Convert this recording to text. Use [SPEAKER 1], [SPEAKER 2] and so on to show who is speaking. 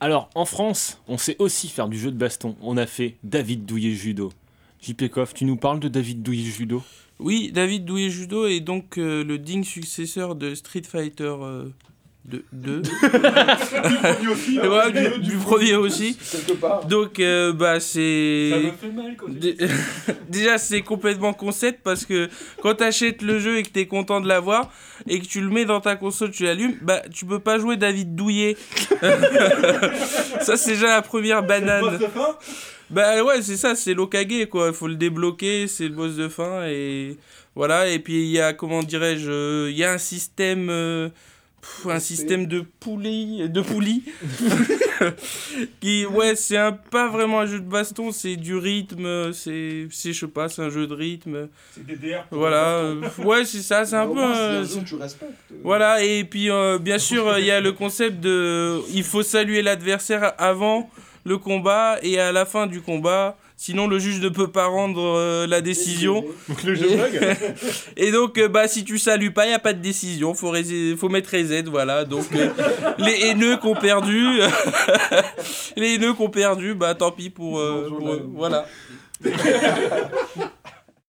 [SPEAKER 1] Alors, en France, on sait aussi faire du jeu de baston. On a fait David Douillet Judo. JP Koff, tu nous parles de David Douillet Judo
[SPEAKER 2] Oui, David Douillet Judo est donc euh, le digne successeur de Street Fighter euh, de- 2.
[SPEAKER 3] aussi,
[SPEAKER 2] Et voilà, du, du premier aussi.
[SPEAKER 3] Quelque part.
[SPEAKER 2] Donc, euh, bah,
[SPEAKER 4] Ça
[SPEAKER 2] c'est.
[SPEAKER 4] me fait mal quand
[SPEAKER 2] Dé- Déjà, c'est complètement concept parce que quand t'achètes le jeu et que t'es content de l'avoir et que tu le mets dans ta console, tu l'allumes, bah tu peux pas jouer David Douillet. ça, c'est déjà la première banane. Bah ouais, c'est ça, c'est l'Okage quoi. Faut le débloquer, c'est le boss de fin et voilà. Et puis il y a, comment dirais-je, euh, il y a un système. euh, pff, un système de poulie, de poulie qui ouais c'est un pas vraiment un jeu de baston c'est du rythme c'est c'est je sais pas c'est un jeu de rythme
[SPEAKER 4] C'est DDR.
[SPEAKER 2] voilà euh, ouais c'est ça c'est un
[SPEAKER 3] Mais au
[SPEAKER 2] peu
[SPEAKER 3] moins,
[SPEAKER 2] un-
[SPEAKER 3] C'est un jeu que tu respectes.
[SPEAKER 2] voilà et puis euh, bien sûr euh, il y a le concept de euh, il faut saluer l'adversaire avant le combat et à la fin du combat sinon le juge ne peut pas rendre euh, la décision
[SPEAKER 1] Donc le
[SPEAKER 2] jeu et donc, euh, bah, si tu salues pas, il a pas de décision. Faut, rés- faut mettre reset, voilà. Donc, euh, les haineux qu'on perdu, les haineux qu'on perdu, bah, tant pis pour. euh,
[SPEAKER 3] Bonjour,
[SPEAKER 2] pour eux.
[SPEAKER 3] madame.
[SPEAKER 2] voilà.